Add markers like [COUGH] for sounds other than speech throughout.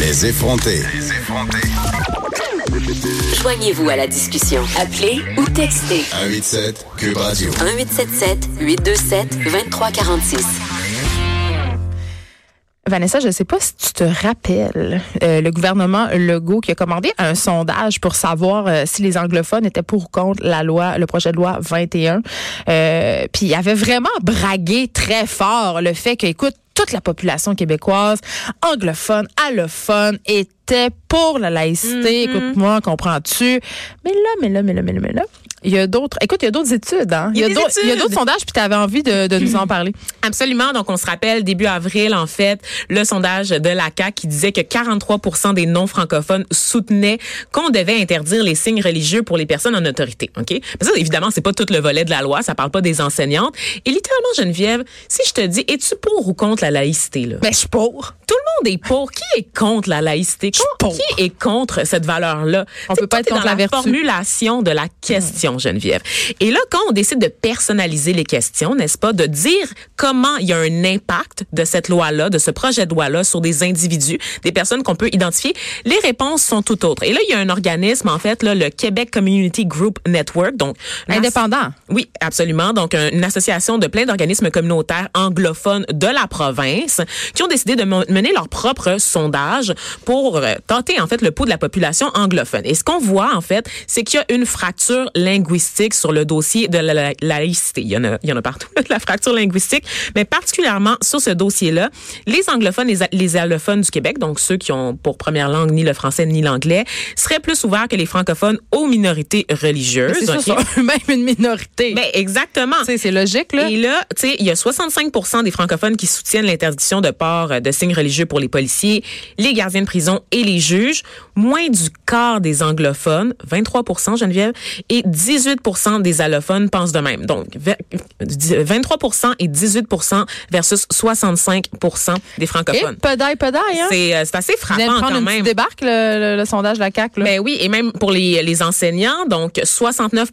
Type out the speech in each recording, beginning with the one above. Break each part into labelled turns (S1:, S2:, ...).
S1: Les effronter.
S2: Joignez-vous à la discussion. Appelez ou textez
S1: 187 Cube Radio.
S2: 1877 827 2346.
S3: Vanessa, je ne sais pas si tu te rappelles euh, le gouvernement Legault qui a commandé un sondage pour savoir euh, si les anglophones étaient pour ou contre la loi, le projet de loi 21. Euh, Puis il avait vraiment bragué très fort le fait que, écoute, toute la population québécoise, anglophone, allophone, était pour la laïcité. Écoute-moi, comprends-tu? Mais là, mais là, mais là, mais là, mais là. Il y a d'autres, écoute, il y a d'autres études, hein. Il y a,
S4: des
S3: d'autres- il y a
S4: études.
S3: d'autres sondages, puis tu avais envie de, de nous en parler.
S4: Absolument. Donc, on se rappelle, début avril, en fait, le sondage de l'ACA qui disait que 43 des non-francophones soutenaient qu'on devait interdire les signes religieux pour les personnes en autorité. OK? Mais ça, évidemment, c'est pas tout le volet de la loi. Ça parle pas des enseignantes. Et littéralement, Geneviève, si je te dis, es-tu pour ou contre la laïcité, là?
S3: Mais Ben, je suis pour.
S4: Tout le monde est pour. Qui est contre la laïcité?
S3: suis pour.
S4: Qui est contre cette valeur-là?
S3: On
S4: T'sais,
S3: peut pas
S4: tout
S3: être
S4: est
S3: contre
S4: dans
S3: la vertu.
S4: formulation de la question, Geneviève. Et là, quand on décide de personnaliser les questions, n'est-ce pas, de dire comment il y a un impact de cette loi-là, de ce projet de loi-là sur des individus, des personnes qu'on peut identifier, les réponses sont tout autres. Et là, il y a un organisme, en fait, là, le Québec Community Group Network, donc
S3: Indépendant.
S4: oui, absolument. Donc, un- une association de plein d'organismes communautaires anglophones de la province qui ont décidé de mon- mener leur propre sondage pour euh, tenter, en fait, le pouls de la population anglophone. Et ce qu'on voit, en fait, c'est qu'il y a une fracture linguistique sur le dossier de la, la- laïcité. Il y en a, il y en a partout, [LAUGHS] de la fracture linguistique, mais particulièrement sur ce dossier-là, les anglophones, les, a- les allophones du Québec, donc ceux qui ont pour première langue ni le français ni l'anglais, seraient plus ouverts que les francophones aux minorités religieuses.
S3: C'est sûr,
S4: OK?
S3: sont [LAUGHS] eux-mêmes une minorité.
S4: Ben, exactement.
S3: Tu sais, c'est logique, là.
S4: Et là, tu sais, il y a 65 des francophones qui soutiennent l'interdiction de port euh, de signes religieux pour les policiers, les gardiens de prison et les juges. Moins du quart des anglophones, 23 Geneviève, et 18 des allophones pensent de même. Donc, ve- euh, 23 et 18 versus 65 des
S3: Et
S4: francophones.
S3: pedaille, pedaille, hein?
S4: C'est euh, c'est assez
S3: Vous allez
S4: frappant
S3: prendre
S4: quand
S3: une petite
S4: même.
S3: débarque, le, le- le sondage de la CAQ, là.
S4: Ben oui, et même pour les, les enseignants, donc 69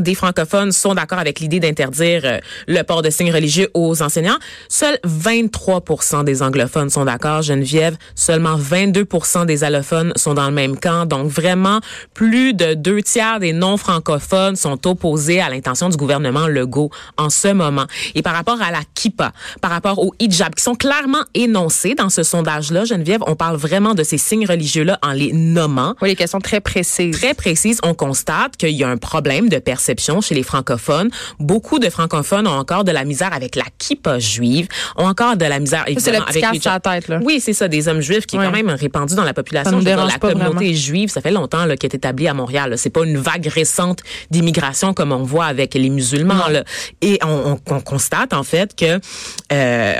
S4: des francophones sont d'accord avec l'idée d'interdire euh, le port de signes religieux aux enseignants. Seuls 23 des anglophones sont d'accord, Geneviève. Seulement 22 des allophones sont dans le même camp. Donc vraiment, plus de deux tiers des non-francophones sont opposés à l'intention du gouvernement Legault en ce moment. Et par rapport à la kippa, par rapport au hijab, qui sont clairement énoncés dans ce sondage-là, Geneviève, on parle vraiment de ces signes religieux-là en les nommant
S3: oui, les questions très précises.
S4: très précise, on constate qu'il y a un problème de perception chez les francophones. Beaucoup de francophones ont encore de la misère avec la kippa juive, ont encore de la misère
S3: c'est le
S4: évidemment,
S3: petit
S4: avec
S3: casque
S4: les
S3: sur la tête, là.
S4: Oui, c'est ça, des hommes juifs qui
S3: Ouais.
S4: est quand même répandu dans la population.
S3: Ça nous
S4: Je veux dire,
S3: dérange
S4: la
S3: pas
S4: communauté
S3: vraiment.
S4: juive, ça fait longtemps là, qu'elle est établie à Montréal. là. C'est pas une vague récente d'immigration comme on voit avec les musulmans. là. Et on, on- on constate en fait que euh,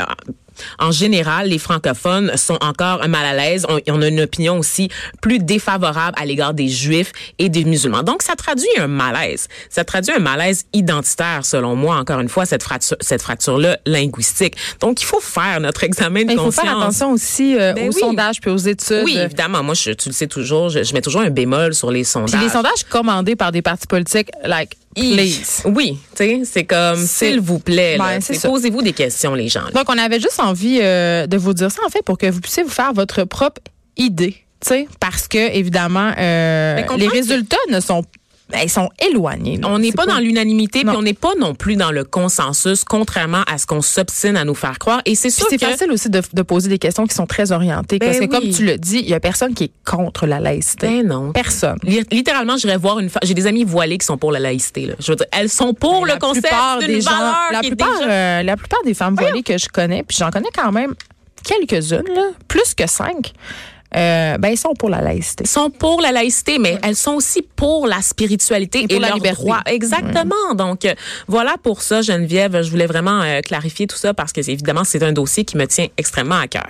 S4: en général, les francophones sont encore mal à l'aise. On, on a une opinion aussi plus défavorable à l'égard des juifs et des musulmans. Donc, ça traduit un malaise. Ça traduit un malaise identitaire, selon moi, encore une fois, cette fracture, cette fracture-là linguistique. Donc, il faut faire notre examen de
S3: Mais il faut
S4: conscience.
S3: faire attention aussi euh,
S4: Ben
S3: aux
S4: oui.
S3: sondages puis aux études.
S4: Oui, évidemment. Moi, je, tu le sais toujours, je, je mets toujours un bémol sur les sondages.
S3: Puis les sondages commandés par des partis politiques, like, please.
S4: Oui, tu sais, c'est comme,
S3: C'est-
S4: s'il vous plaît, là,
S3: Ouais,
S4: tu sais,
S3: c'est ça.
S4: posez-vous des questions, les gens. là.
S3: Donc, on avait juste envie euh, de vous dire ça, en fait, pour que vous puissiez vous faire votre propre idée. tu sais, Parce que, évidemment, euh,
S4: Mais comprendre
S3: les
S4: que-
S3: résultats ne sont ben, ils sont éloignés. là.
S4: On n'est
S3: C'est
S4: pas dans l'unanimité, puis
S3: Non.
S4: on n'est pas non plus dans le consensus, contrairement à ce qu'on s'obstine à nous faire croire. Et c'est
S3: Puis
S4: sûr
S3: c'est
S4: que...
S3: facile aussi de, de poser des questions qui sont très orientées.
S4: Ben
S3: parce que,
S4: oui.
S3: comme tu le dis, il y a personne qui est contre la laïcité.
S4: Ben non.
S3: personne.
S4: Li- Littéralement, j'irais voir une. fa- J'ai des amis voilés qui sont pour la laïcité. Là. Je veux dire, elles sont pour le concept d'une
S3: gens-
S4: valeur
S3: la
S4: qui est
S3: plupart,
S4: déjà-
S3: euh, la plupart des femmes voilées que je connais, puis j'en connais quand même quelques-unes, là, plus que cinq, euh, ben ils sont pour la laïcité.
S4: sont pour la laïcité, mais elles sont aussi pour la spiritualité
S3: Et
S4: et,
S3: pour la
S4: leurs
S3: liberté.
S4: droits. Exactement. Donc euh, voilà pour ça, Geneviève. Je voulais vraiment euh, clarifier tout ça parce que évidemment c'est un dossier qui me tient extrêmement à cœur.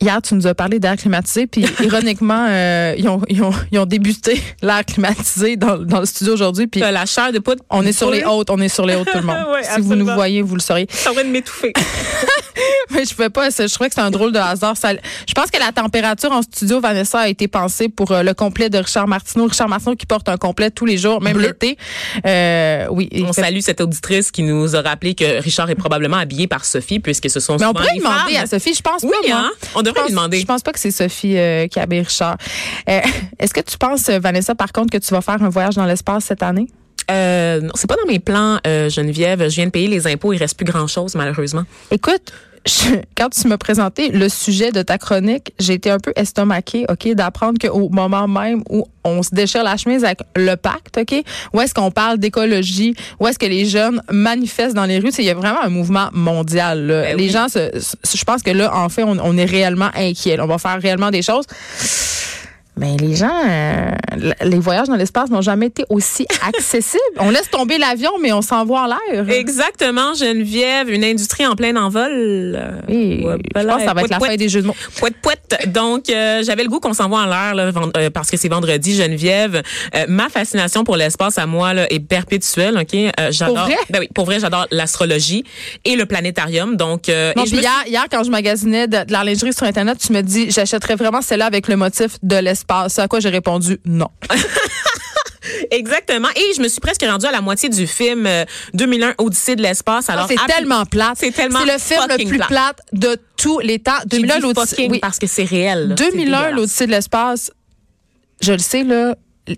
S3: Hier, tu nous as parlé d'air climatisé,
S4: [LAUGHS]
S3: puis ironiquement, euh, ils, ont, ils, ont, ils ont débuté [LAUGHS] l'air climatisé dans, dans le studio aujourd'hui, puis
S4: T'as Euh, la chair de poudre.
S3: on est sur les
S4: hauts.
S3: hautes, on est sur les hautes tout le monde.
S4: [LAUGHS] Ouais,
S3: si vous
S4: absolument.
S3: [LAUGHS]
S4: [LAUGHS]
S3: nous voyez, vous le saurez.
S4: Ça va de m'étouffer.
S3: [LAUGHS] Mais je pouvais pas. c'est- Je trouvais que c'est un drôle de hasard. Ça- je pense que la température en studio, Vanessa, a été pensée pour euh, le complet de Richard Martineau. Richard Martineau qui porte un complet tous les jours, même
S4: Bleu.
S3: l'été. Euh, oui. il
S4: On
S3: fait-
S4: salue cette auditrice qui nous a rappelé que Richard est probablement habillé par Sophie, puisque ce sont
S3: Mais on
S4: souvent
S3: pourrait
S4: les
S3: demander
S4: femmes.
S3: à Sophie. Je pense
S4: Oui,
S3: pas, moi.
S4: hein? On
S3: Je
S4: devrait
S3: pense-
S4: lui demander.
S3: Je pense pas que c'est Sophie euh, qui habille Richard. Euh, [LAUGHS] Est-ce que tu penses, euh, Vanessa, par contre, que tu vas faire un voyage dans l'espace cette année?
S4: Euh, non, c'est pas dans mes plans, euh, Geneviève. Je viens de payer les impôts. Il reste plus grand chose, malheureusement.
S3: Écoute, je- quand tu m'as présenté le sujet de ta chronique, j'ai été un peu estomaquée, OK, d'apprendre qu'au moment même où on se déchire la chemise avec le pacte, OK, où est-ce qu'on parle d'écologie, où est-ce que les jeunes manifestent dans les rues, Tu sais, il y a vraiment un mouvement mondial. là.
S4: Ben
S3: les
S4: oui.
S3: gens, se- se- je pense que là, en fait, on, on est réellement inquiets. là. On va faire réellement des choses. Mais les gens, euh, l- les voyages dans l'espace n'ont jamais été
S4: [LAUGHS]
S3: aussi accessibles. on laisse tomber l'avion, mais on s'en va en l'air.
S4: Exactement, Geneviève. Une industrie en plein envol. Euh,
S3: Oui,
S4: ouais,
S3: je pense que ça va être la
S4: pouet,
S3: fin des jeux de mots.
S4: Pouet, pouet. Donc, euh, j'avais le goût qu'on s'envoie en l'air là, vend- euh, parce que c'est vendredi, Geneviève. Euh, ma fascination pour l'espace à moi là, est perpétuelle. Ok, Euh, j'adore.
S3: Pour vrai?
S4: Ben oui, pour vrai, j'adore l'astrologie et le planétarium. Donc, euh,
S3: Non,
S4: et je
S3: puis
S4: me
S3: hier, hier, quand je magasinais de, de la lingerie sur Internet, tu me dis, j'achèterais vraiment celle-là avec le motif de l'espace. Ce À quoi j'ai répondu non.
S4: Ah Exactement. Et je me suis presque rendue à la moitié du film euh, 2001 Odyssée de l'espace. Alors
S3: Ah, c'est
S4: appli-
S3: tellement plate.
S4: C'est tellement
S3: le film le
S4: fucking
S3: plus
S4: plate.
S3: plate de tous les temps.
S4: J'ai
S3: 2001,
S4: dit
S3: l'Odyssée.
S4: fucking
S3: oui.
S4: parce que c'est réel. là. C'est
S3: 2001,
S4: dégueulasse.
S3: l'Odyssée de l'espace. Je le sais là.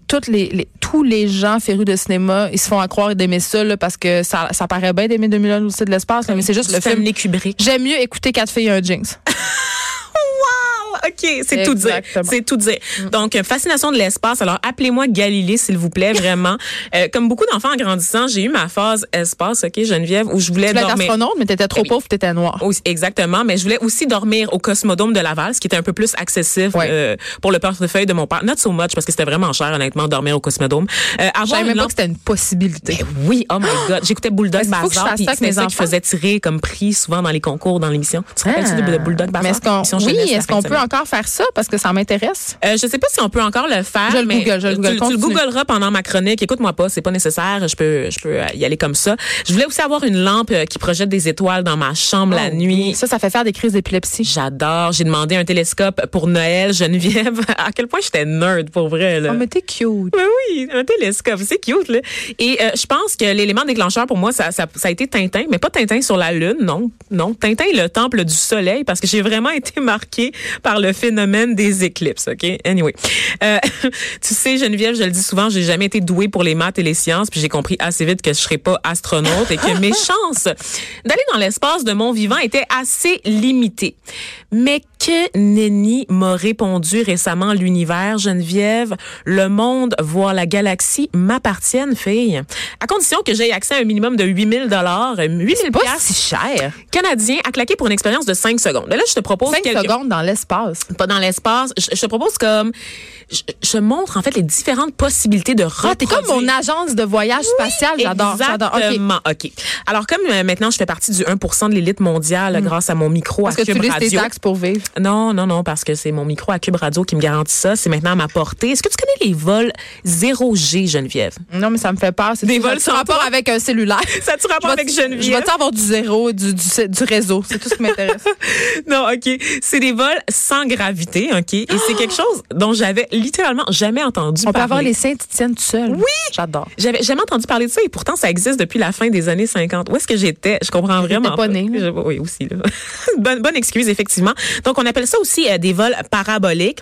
S3: Toutes les, les- tous les gens férus de cinéma, ils se font à croire d'aimer ça là, parce que ça, ça paraît bien d'aimer 2001 l'Odyssée de l'espace, là, mais c'est juste le film.
S4: Stanley Kubrick.
S3: J'aime mieux écouter quatre filles et un jeans.
S4: Wow! [LAUGHS] OK, c'est tout dire.
S3: Exactement. Mm.
S4: C'est tout dire. Donc, euh, fascination de l'espace. Alors, appelez-moi Galilée, s'il vous
S3: [LAUGHS]
S4: plaît, vraiment. Euh, comme beaucoup d'enfants en grandissant, j'ai eu ma phase espace, OK, Geneviève, où je voulais
S3: Tu voulais être
S4: dormir.
S3: astronaute, mais t'étais trop
S4: Eh oui.
S3: pauvre, t'étais noire.
S4: Oui, exactement, mais je voulais aussi dormir au Cosmodome de Laval, ce qui était un peu plus accessible euh,
S3: Ouais.
S4: pour le portefeuille de mon père. Not so much parce que c'était vraiment cher honnêtement dormir au Cosmodome.
S3: Je
S4: Euh, avoir
S3: savais
S4: une
S3: même pas
S4: lampe-
S3: que c'était une possibilité.
S4: Ben oui,
S3: [GASPS]
S4: oh my god, j'écoutais Bulldog
S3: Mais il faut que je
S4: Bazar,
S3: fasse
S4: puis
S3: ça avec
S4: c'était
S3: mes
S4: ça qui
S3: enfants.
S4: faisait tirer comme prix souvent dans les concours, dans l'émission. Tu te rappelles-tu de Bulldog Bazar?
S3: Ah. Mais est-ce qu'on-
S4: Émission
S3: oui,
S4: jeunesse, la
S3: est-ce
S4: fin
S3: qu'on
S4: de
S3: peut
S4: semaine.
S3: encore faire ça parce que ça m'intéresse
S4: Euh, je sais pas si on peut encore le faire.
S3: Je le
S4: mais
S3: Google, je le
S4: tu-
S3: Google.
S4: Tu, le
S3: Continue.
S4: googleras pendant ma chronique. Écoute-moi pas, c'est pas nécessaire. Je peux, je peux euh, y aller comme ça. Je voulais aussi avoir une lampe euh, qui projette des étoiles dans ma chambre la
S3: Oh,
S4: nuit.
S3: Ça, ça fait faire des crises d'épilepsie.
S4: J'adore. J'ai demandé un télescope pour Noël, Geneviève. [LAUGHS] À quel point j'étais nerd pour vrai là.
S3: Oh, mais t'es cute.
S4: Ben oui, un télescope, c'est cute là. Et euh, je pense que l'élément déclencheur pour moi, ça, ça, ça a été Tintin, mais pas Tintin sur la lune, non, non. Tintin est le temple du soleil parce que j'ai vraiment [LAUGHS] été marquée par le phénomène des éclipses. Ok, anyway. Euh, [LAUGHS] tu sais, Geneviève, je le dis souvent, j'ai jamais été douée pour les maths et les sciences, puis j'ai compris assez vite que je serais pas astronaute et que mes chances d'aller dans l'espace de mon vivant étaient assez limitées. Mais que nenni m'a répondu récemment l'univers, Geneviève, le monde, voire la galaxie m'appartiennent, fille. À condition que j'aie accès à un minimum de 8000 dollars, 8000
S3: Pas
S4: piastres
S3: si cher.
S4: canadiens à claquer pour une expérience de 5 secondes. Mais Là, je te propose
S3: 5
S4: quelques
S3: secondes dans l'espace.
S4: pas dans l'espace, je, je te propose comme je, je montre en fait les différentes possibilités de reproduire.
S3: Ah, t'es comme mon agence de voyage spatial. J'adore. J'adore. OK.
S4: Exactement. OK. Alors, comme euh, maintenant, je fais partie du 1 de l'élite mondiale grâce à mon micro
S3: Hmm. Parce
S4: à
S3: que tu
S4: Cube
S3: utilises tes
S4: Radio.
S3: taxes pour vivre.
S4: Non, non, non, parce que c'est mon micro à Cube Radio qui me garantit ça. C'est maintenant à ma portée. Est-ce que tu connais les vols 0G, Geneviève?
S3: Non, mais ça me fait peur. C'est
S4: Des
S3: tout.
S4: vols
S3: Ça a-tu
S4: sans
S3: rapport
S4: toi?
S3: avec un cellulaire.
S4: [LAUGHS] Ça te rapport
S3: Je vais-
S4: avec Geneviève?
S3: Je vais-tu avoir du zéro, du, du, du réseau? C'est tout ce qui m'intéresse.
S4: [LAUGHS] Non, OK. C'est des vols sans gravité, OK? Et c'est quelque chose dont j'avais littéralement jamais entendu
S3: On peut
S4: parler.
S3: avoir les seins qui tiennent tout seul. Oui! J'adore.
S4: J'avais jamais entendu parler de ça et pourtant ça existe depuis la fin des années 50. Où est-ce que j'étais Je comprends vraiment.
S3: pas née, là.
S4: Je- oui, aussi là. [LAUGHS] bonne bonne excuse effectivement. Donc on appelle ça aussi euh, des vols paraboliques.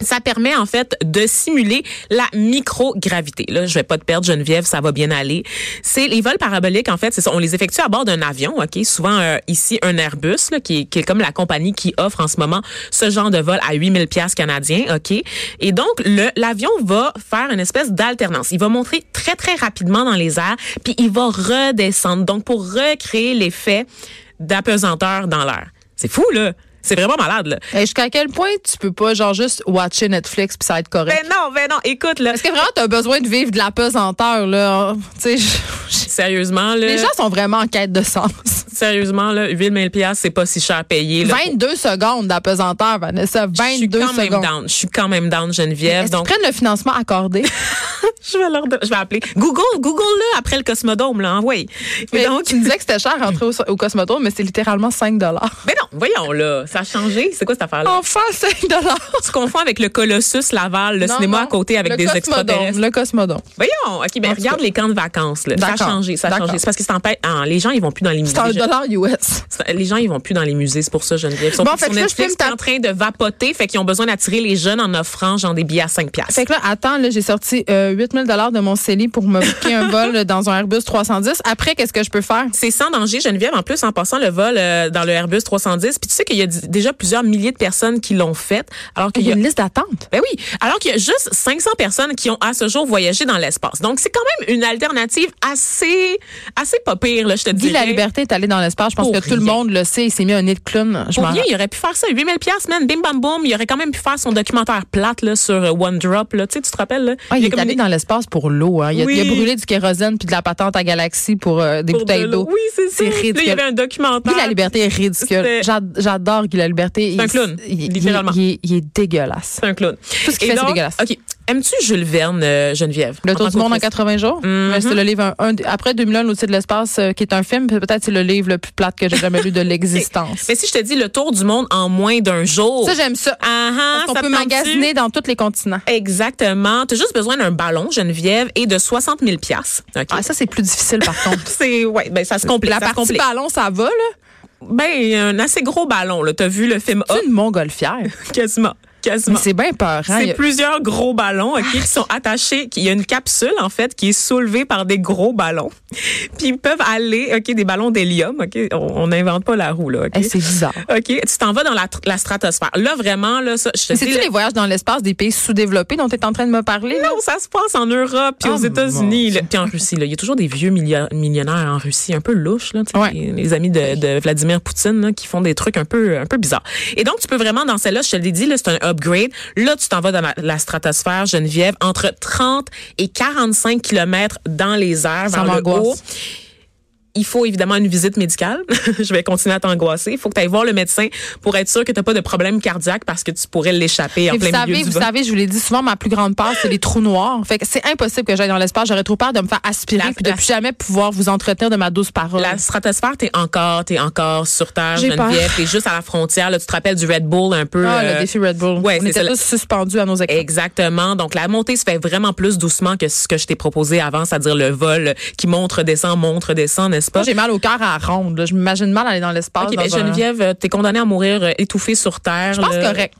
S4: Ça permet en fait de simuler la microgravité. Là, je vais pas te perdre, Geneviève, ça va bien aller. C'est les vols paraboliques en fait, c'est ça, on les effectue à bord d'un avion, ok. Souvent euh, ici un Airbus là, qui, est, qui est comme la compagnie qui offre en ce moment ce genre de vol à 8000 pièces canadiens, ok. Et donc le l'avion va faire une espèce d'alternance. Il va monter très très rapidement dans les airs, puis il va redescendre. Donc pour recréer l'effet d'apesanteur dans l'air. C'est fou là. C'est vraiment malade là.
S3: Et Jusqu'à quel point tu peux pas, genre, juste watcher Netflix puis ça va être correct?
S4: Ben non, ben non, écoute là.
S3: Est-ce que vraiment t'as besoin de vivre de la pesanteur, là? Tu sais, je-
S4: Sérieusement, là. Euh,
S3: Les gens sont vraiment en quête de sens.
S4: sérieusement, là, 8000 pièces, c'est pas si cher payé. là, pour-
S3: 22 secondes d'apesanteur, Vanessa. 22
S4: je suis quand
S3: secondes.
S4: même down. Je suis quand même down,
S3: Est-ce
S4: Geneviève.
S3: qu'ils
S4: Donc,
S3: prennent le financement accordé?
S4: [LAUGHS] je vais leur, don- je vais appeler Google, Google-le après le Cosmodome, là, envoyez.
S3: Mais
S4: donc,
S3: tu me disais que c'était cher à entrer au, au Cosmodrome, mais c'est littéralement 5 dollars.
S4: [LAUGHS] mais non, voyons, là. Ça a changé. C'est quoi cette affaire-là?
S3: Enfin, 5 dollars.
S4: Tu confonds avec le Colossus Laval, le cinéma à côté avec
S3: Oh! le
S4: des
S3: Cosmodrome,
S4: extraterrestres.
S3: Le Cosmodon.
S4: Voyons, OK, ben
S3: En tout
S4: regarde
S3: cas.
S4: les camps de vacances. Là. Ça a
S3: D'accord.
S4: changé, ça a
S3: D'accord.
S4: changé. C'est parce que c'est en pa- en- les gens, ils vont plus dans les musées.
S3: C'est un
S4: Je-
S3: dollar US.
S4: c'est- les gens, ils vont plus dans les musées, c'est pour ça, Geneviève. Ils sont
S3: Bon,
S4: plus
S3: fait
S4: sur
S3: que là, je
S4: Netflix,
S3: peux me
S4: ils sont en train de vapoter, fait qu'ils ont besoin d'attirer les jeunes en offrant genre des billets à 5 piastres.
S3: Fait que là, attends, là, j'ai sorti euh, 8000 dollars de mon CELI pour me booker
S4: [LAUGHS]
S3: un vol là, dans un Airbus 310. Après, qu'est-ce que je peux faire?
S4: C'est sans danger, Geneviève. En plus, en passant le vol euh, dans le Airbus 310, puis tu sais qu'il y a d- déjà plusieurs milliers de personnes qui l'ont fait, alors qu'il y a
S3: liste d'attente.
S4: Ben oui, alors qu'il y a juste 500 personnes qui ont à ce jour voyagé dans l'espace. Donc c'est quand même une alternative assez assez pas pire là, je te dis.
S3: Guy La Liberté est allé dans l'espace. Je pense
S4: Pour
S3: que tout le
S4: rien.
S3: monde le sait. Il s'est mis un nez de clown. Je
S4: Pour
S3: m'en
S4: rien, il aurait pu faire ça 8000 pièces man, bim bam boum, il aurait quand même pu faire son documentaire plate là sur euh, One Drop là, tu sais tu te rappelles là,
S3: Ah, il
S4: a
S3: est
S4: comme
S3: allé
S4: une-
S3: dans l'espace pour l'eau. Hein. Il, a, il a
S4: Oui.
S3: brûlé du kérosène puis de la patente à galaxie pour euh, des
S4: pour de
S3: bouteilles
S4: l'eau.
S3: d'eau.
S4: Oui, c'est ça.
S3: C'est
S4: Là, il y
S3: ridicule.
S4: avait un documentaire.
S3: Guy La Liberté est ridicule.
S4: C'était-
S3: J'ad- J'adore Guy La Liberté.
S4: C'est un
S3: Il-
S4: clown,
S3: il- il-
S4: littéralement.
S3: Il, est- il est dégueulasse.
S4: C'est un clown.
S3: Tout ce qu'il
S4: Et
S3: fait, c'est
S4: donc,
S3: dégueulasse.
S4: OK. Aimes-tu Jules Verne, euh, Geneviève?
S3: Le
S4: en
S3: tour
S4: tant
S3: du monde en
S4: qu'autrice?
S3: 80 jours.
S4: Mm-hmm.
S3: Mais C'est le livre un, un- après 2001, l'outil de l'espace, euh, qui est un film. puis Peut-être c'est le livre le plus plate que j'ai jamais
S4: [LAUGHS]
S3: lu de l'existence.
S4: Mais si je te dis le tour du monde en moins d'un jour.
S3: Ça j'aime ça.
S4: Ah, ah,
S3: Parce qu'on
S4: ça
S3: peut
S4: te tente-tu?
S3: magasiner dans tous les continents.
S4: Exactement. T'as juste besoin d'un ballon, Geneviève, et de 60 000 piastres. OK?
S3: Ah, ça c'est plus difficile
S4: [LAUGHS]
S3: par contre.
S4: c'est ouais, ben ça se complique.
S3: La
S4: ça se
S3: partie
S4: complique.
S3: ballon, ça va là.
S4: Ben un assez gros ballon. Là, t'as vu le film Up
S3: C'est une montgolfière.
S4: [LAUGHS] quasiment,
S3: Mais
S4: quasiment.
S3: c'est bien peur. hein. Il y
S4: C'est
S3: a-
S4: plusieurs gros ballons ok, qui sont attachés. Il y a une capsule, en fait, qui est soulevée par des gros ballons. [LAUGHS] Puis ils peuvent aller, OK, des ballons d'hélium. OK, on- on n'invente pas la roue, là. OK,
S3: Eh, c'est bizarre.
S4: OK, tu t'en vas dans la, tr- la stratosphère. Là, vraiment, là, ça, je te
S3: Mais
S4: dis,
S3: C'est-tu
S4: là,
S3: les voyages dans l'espace des pays sous-développés dont tu es en train de me parler? là?
S4: Non, ça se passe en Europe, puis aux
S3: Oh,
S4: États-Unis, là, puis en Russie. là. Il y a toujours des vieux millio- millionnaires en Russie, un peu louches, là, tu sais,
S3: Ouais.
S4: les, les amis de, de Vladimir Poutine, là, qui font des trucs un peu, un peu bizarres. Et donc, tu peux vraiment, dans celle-là, je te l'ai dit, là, c'est un upgrade. Là, tu t'en vas dans la, la stratosphère, Geneviève, entre 30 et 45 kilomètres dans les airs,
S3: Ça
S4: vers le
S3: m'angoisse.
S4: haut. Il faut évidemment une visite médicale. [LAUGHS] je vais continuer à t'angoisser. Il faut que tu ailles voir le médecin pour être sûr que tu n'as pas de problème cardiaque parce que tu pourrais l'échapper en
S3: Et vous
S4: plein milieu
S3: savez,
S4: du
S3: vous
S4: vol.
S3: savez, je vous l'ai dit souvent, ma plus grande peur, c'est les trous noirs. Fait que c'est impossible que j'aille dans l'espace. J'aurais trop peur de me faire aspirer
S4: La-
S3: puis de
S4: la-
S3: plus jamais pouvoir vous entretenir de ma douce parole. Ah,
S4: La stratosphère, t'es encore, t'es encore sur Terre,
S3: J'ai peur.
S4: Geneviève, t'es juste à la frontière. Là, tu te rappelles du Red Bull un peu.
S3: Ah, le
S4: euh,
S3: défi Red Bull.
S4: ouais,
S3: On
S4: c'est
S3: était
S4: ça,
S3: tous suspendus à nos écrans.
S4: Exactement. Donc la montée se fait vraiment plus doucement que ce que je t'ai proposé avant, c'est-à-dire le vol qui montre descend, montre descend, n'est-ce pas
S3: Moi, J'ai mal au cœur à la ronde. là. Je m'imagine mal aller dans l'espace.
S4: Ok, ben,
S3: dans un-
S4: Geneviève, euh, t'es condamnée à mourir euh, étouffée sur Terre.
S3: Je pense
S4: là.
S3: correct.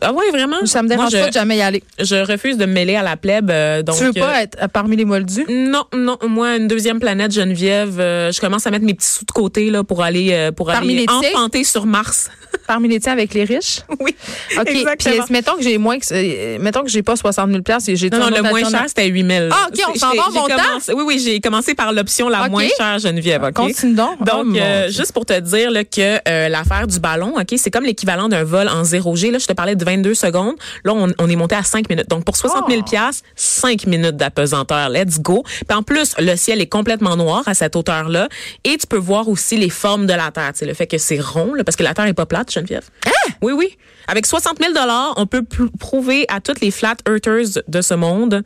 S4: Ah ouais, vraiment
S3: Ça me
S4: Moi,
S3: dérange
S4: je,
S3: pas de jamais y aller.
S4: Je refuse de me mêler à la plèbe. euh, donc,
S3: tu veux
S4: euh,
S3: pas être euh, parmi les moldus?
S4: Non, non, moi une deuxième planète Geneviève, euh, je commence à mettre mes petits sous de côté là pour aller euh, pour
S3: Parmi
S4: aller
S3: les tiens?
S4: enfanter sur Mars. [LAUGHS]
S3: Parmi les tiens avec les riches?
S4: oui.
S3: OK. Puis,
S4: Exactement.
S3: mettons que j'ai moins que, euh, mettons que j'ai pas 60 000 places et j'ai
S4: Non, non,
S3: tout
S4: le
S3: autre
S4: moins
S3: alternative.
S4: cher, c'était 8 000.
S3: Ah, OK, on s'en
S4: J'ai-
S3: va en
S4: j'ai
S3: montant?
S4: commencé- Oui, oui, j'ai commencé par l'option la
S3: OK.
S4: moins chère, Geneviève. OK?
S3: Continue donc. Oh,
S4: Donc,
S3: mon
S4: euh,
S3: Dieu.
S4: juste pour te dire là, que euh, l'affaire du ballon, ok, c'est comme l'équivalent d'un vol en 0 G. Là, je te parlais de 22 secondes. Là, on, on est monté à 5 minutes. Donc, pour 60 000
S3: Oh.
S4: piastres, 5 minutes d'apesanteur. Let's go. Puis en plus, le ciel est complètement noir à cette hauteur-là. Et tu peux voir aussi les formes de la Terre. C'est le fait que c'est rond, là, parce que la Terre est pas plate, Geneviève. Oui, oui. Avec 60 000 on peut pr- prouver à toutes les flat earthers de ce monde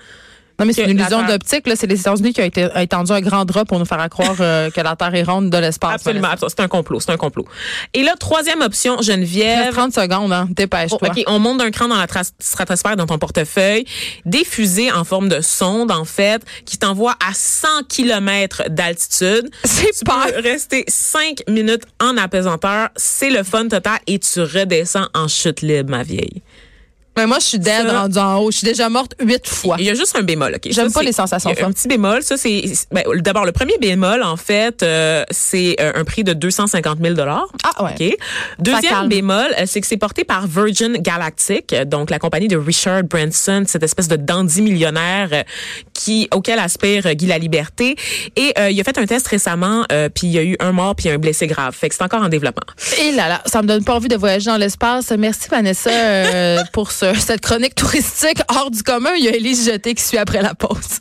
S3: Non, mais c'est
S4: que
S3: une
S4: la
S3: illusion
S4: Terre-
S3: d'optique. là. C'est les États-Unis qui ont été, a étendu un grand drap pour nous faire à croire euh, que la Terre est ronde de l'espace.
S4: Absolument, absolument. c'est un complot, c'est un complot. Et là, troisième option,
S3: Il reste
S4: Geneviève.
S3: 30 secondes, hein.
S4: Oh,
S3: Dépêche-toi.
S4: OK, on monte d'un cran dans la tra- stratosphère dans ton portefeuille, des fusées en forme de sonde, en fait, qui t'envoient à 100 km d'altitude.
S3: [LAUGHS] C'est
S4: Tu
S3: pas.
S4: peux rester 5 minutes en apesanteur, c'est le fun total et tu redescends en chute libre, ma vieille.
S3: Mais moi, je suis dead
S4: Ça-
S3: rendue en haut. Je suis déjà morte huit fois.
S4: Il y a juste un bémol, OK?
S3: J'aime
S4: Ça,
S3: pas
S4: c'est-
S3: les sensations
S4: il y a Un
S3: fortes.
S4: petit bémol, ça, c'est... ben, D'abord, le premier bémol, en fait, euh, c'est euh, un prix de 250 000
S3: Ah, ouais.
S4: OK. Deuxième
S3: calme.
S4: bémol, euh, c'est que c'est porté par Virgin Galactic, euh, donc la compagnie de Richard Branson, cette espèce de dandy millionnaire euh, qui auquel aspire euh, Guy la Liberté. Et euh, il a fait un test récemment, euh, puis il y a eu un mort puis un blessé grave. Fait que c'est encore en développement.
S3: Et là, là, ça me donne pas envie de voyager dans l'espace. Merci, Vanessa, [LAUGHS] euh, pour ce- cette chronique touristique hors du commun. Il y a Élise Jeté qui suit après la pause.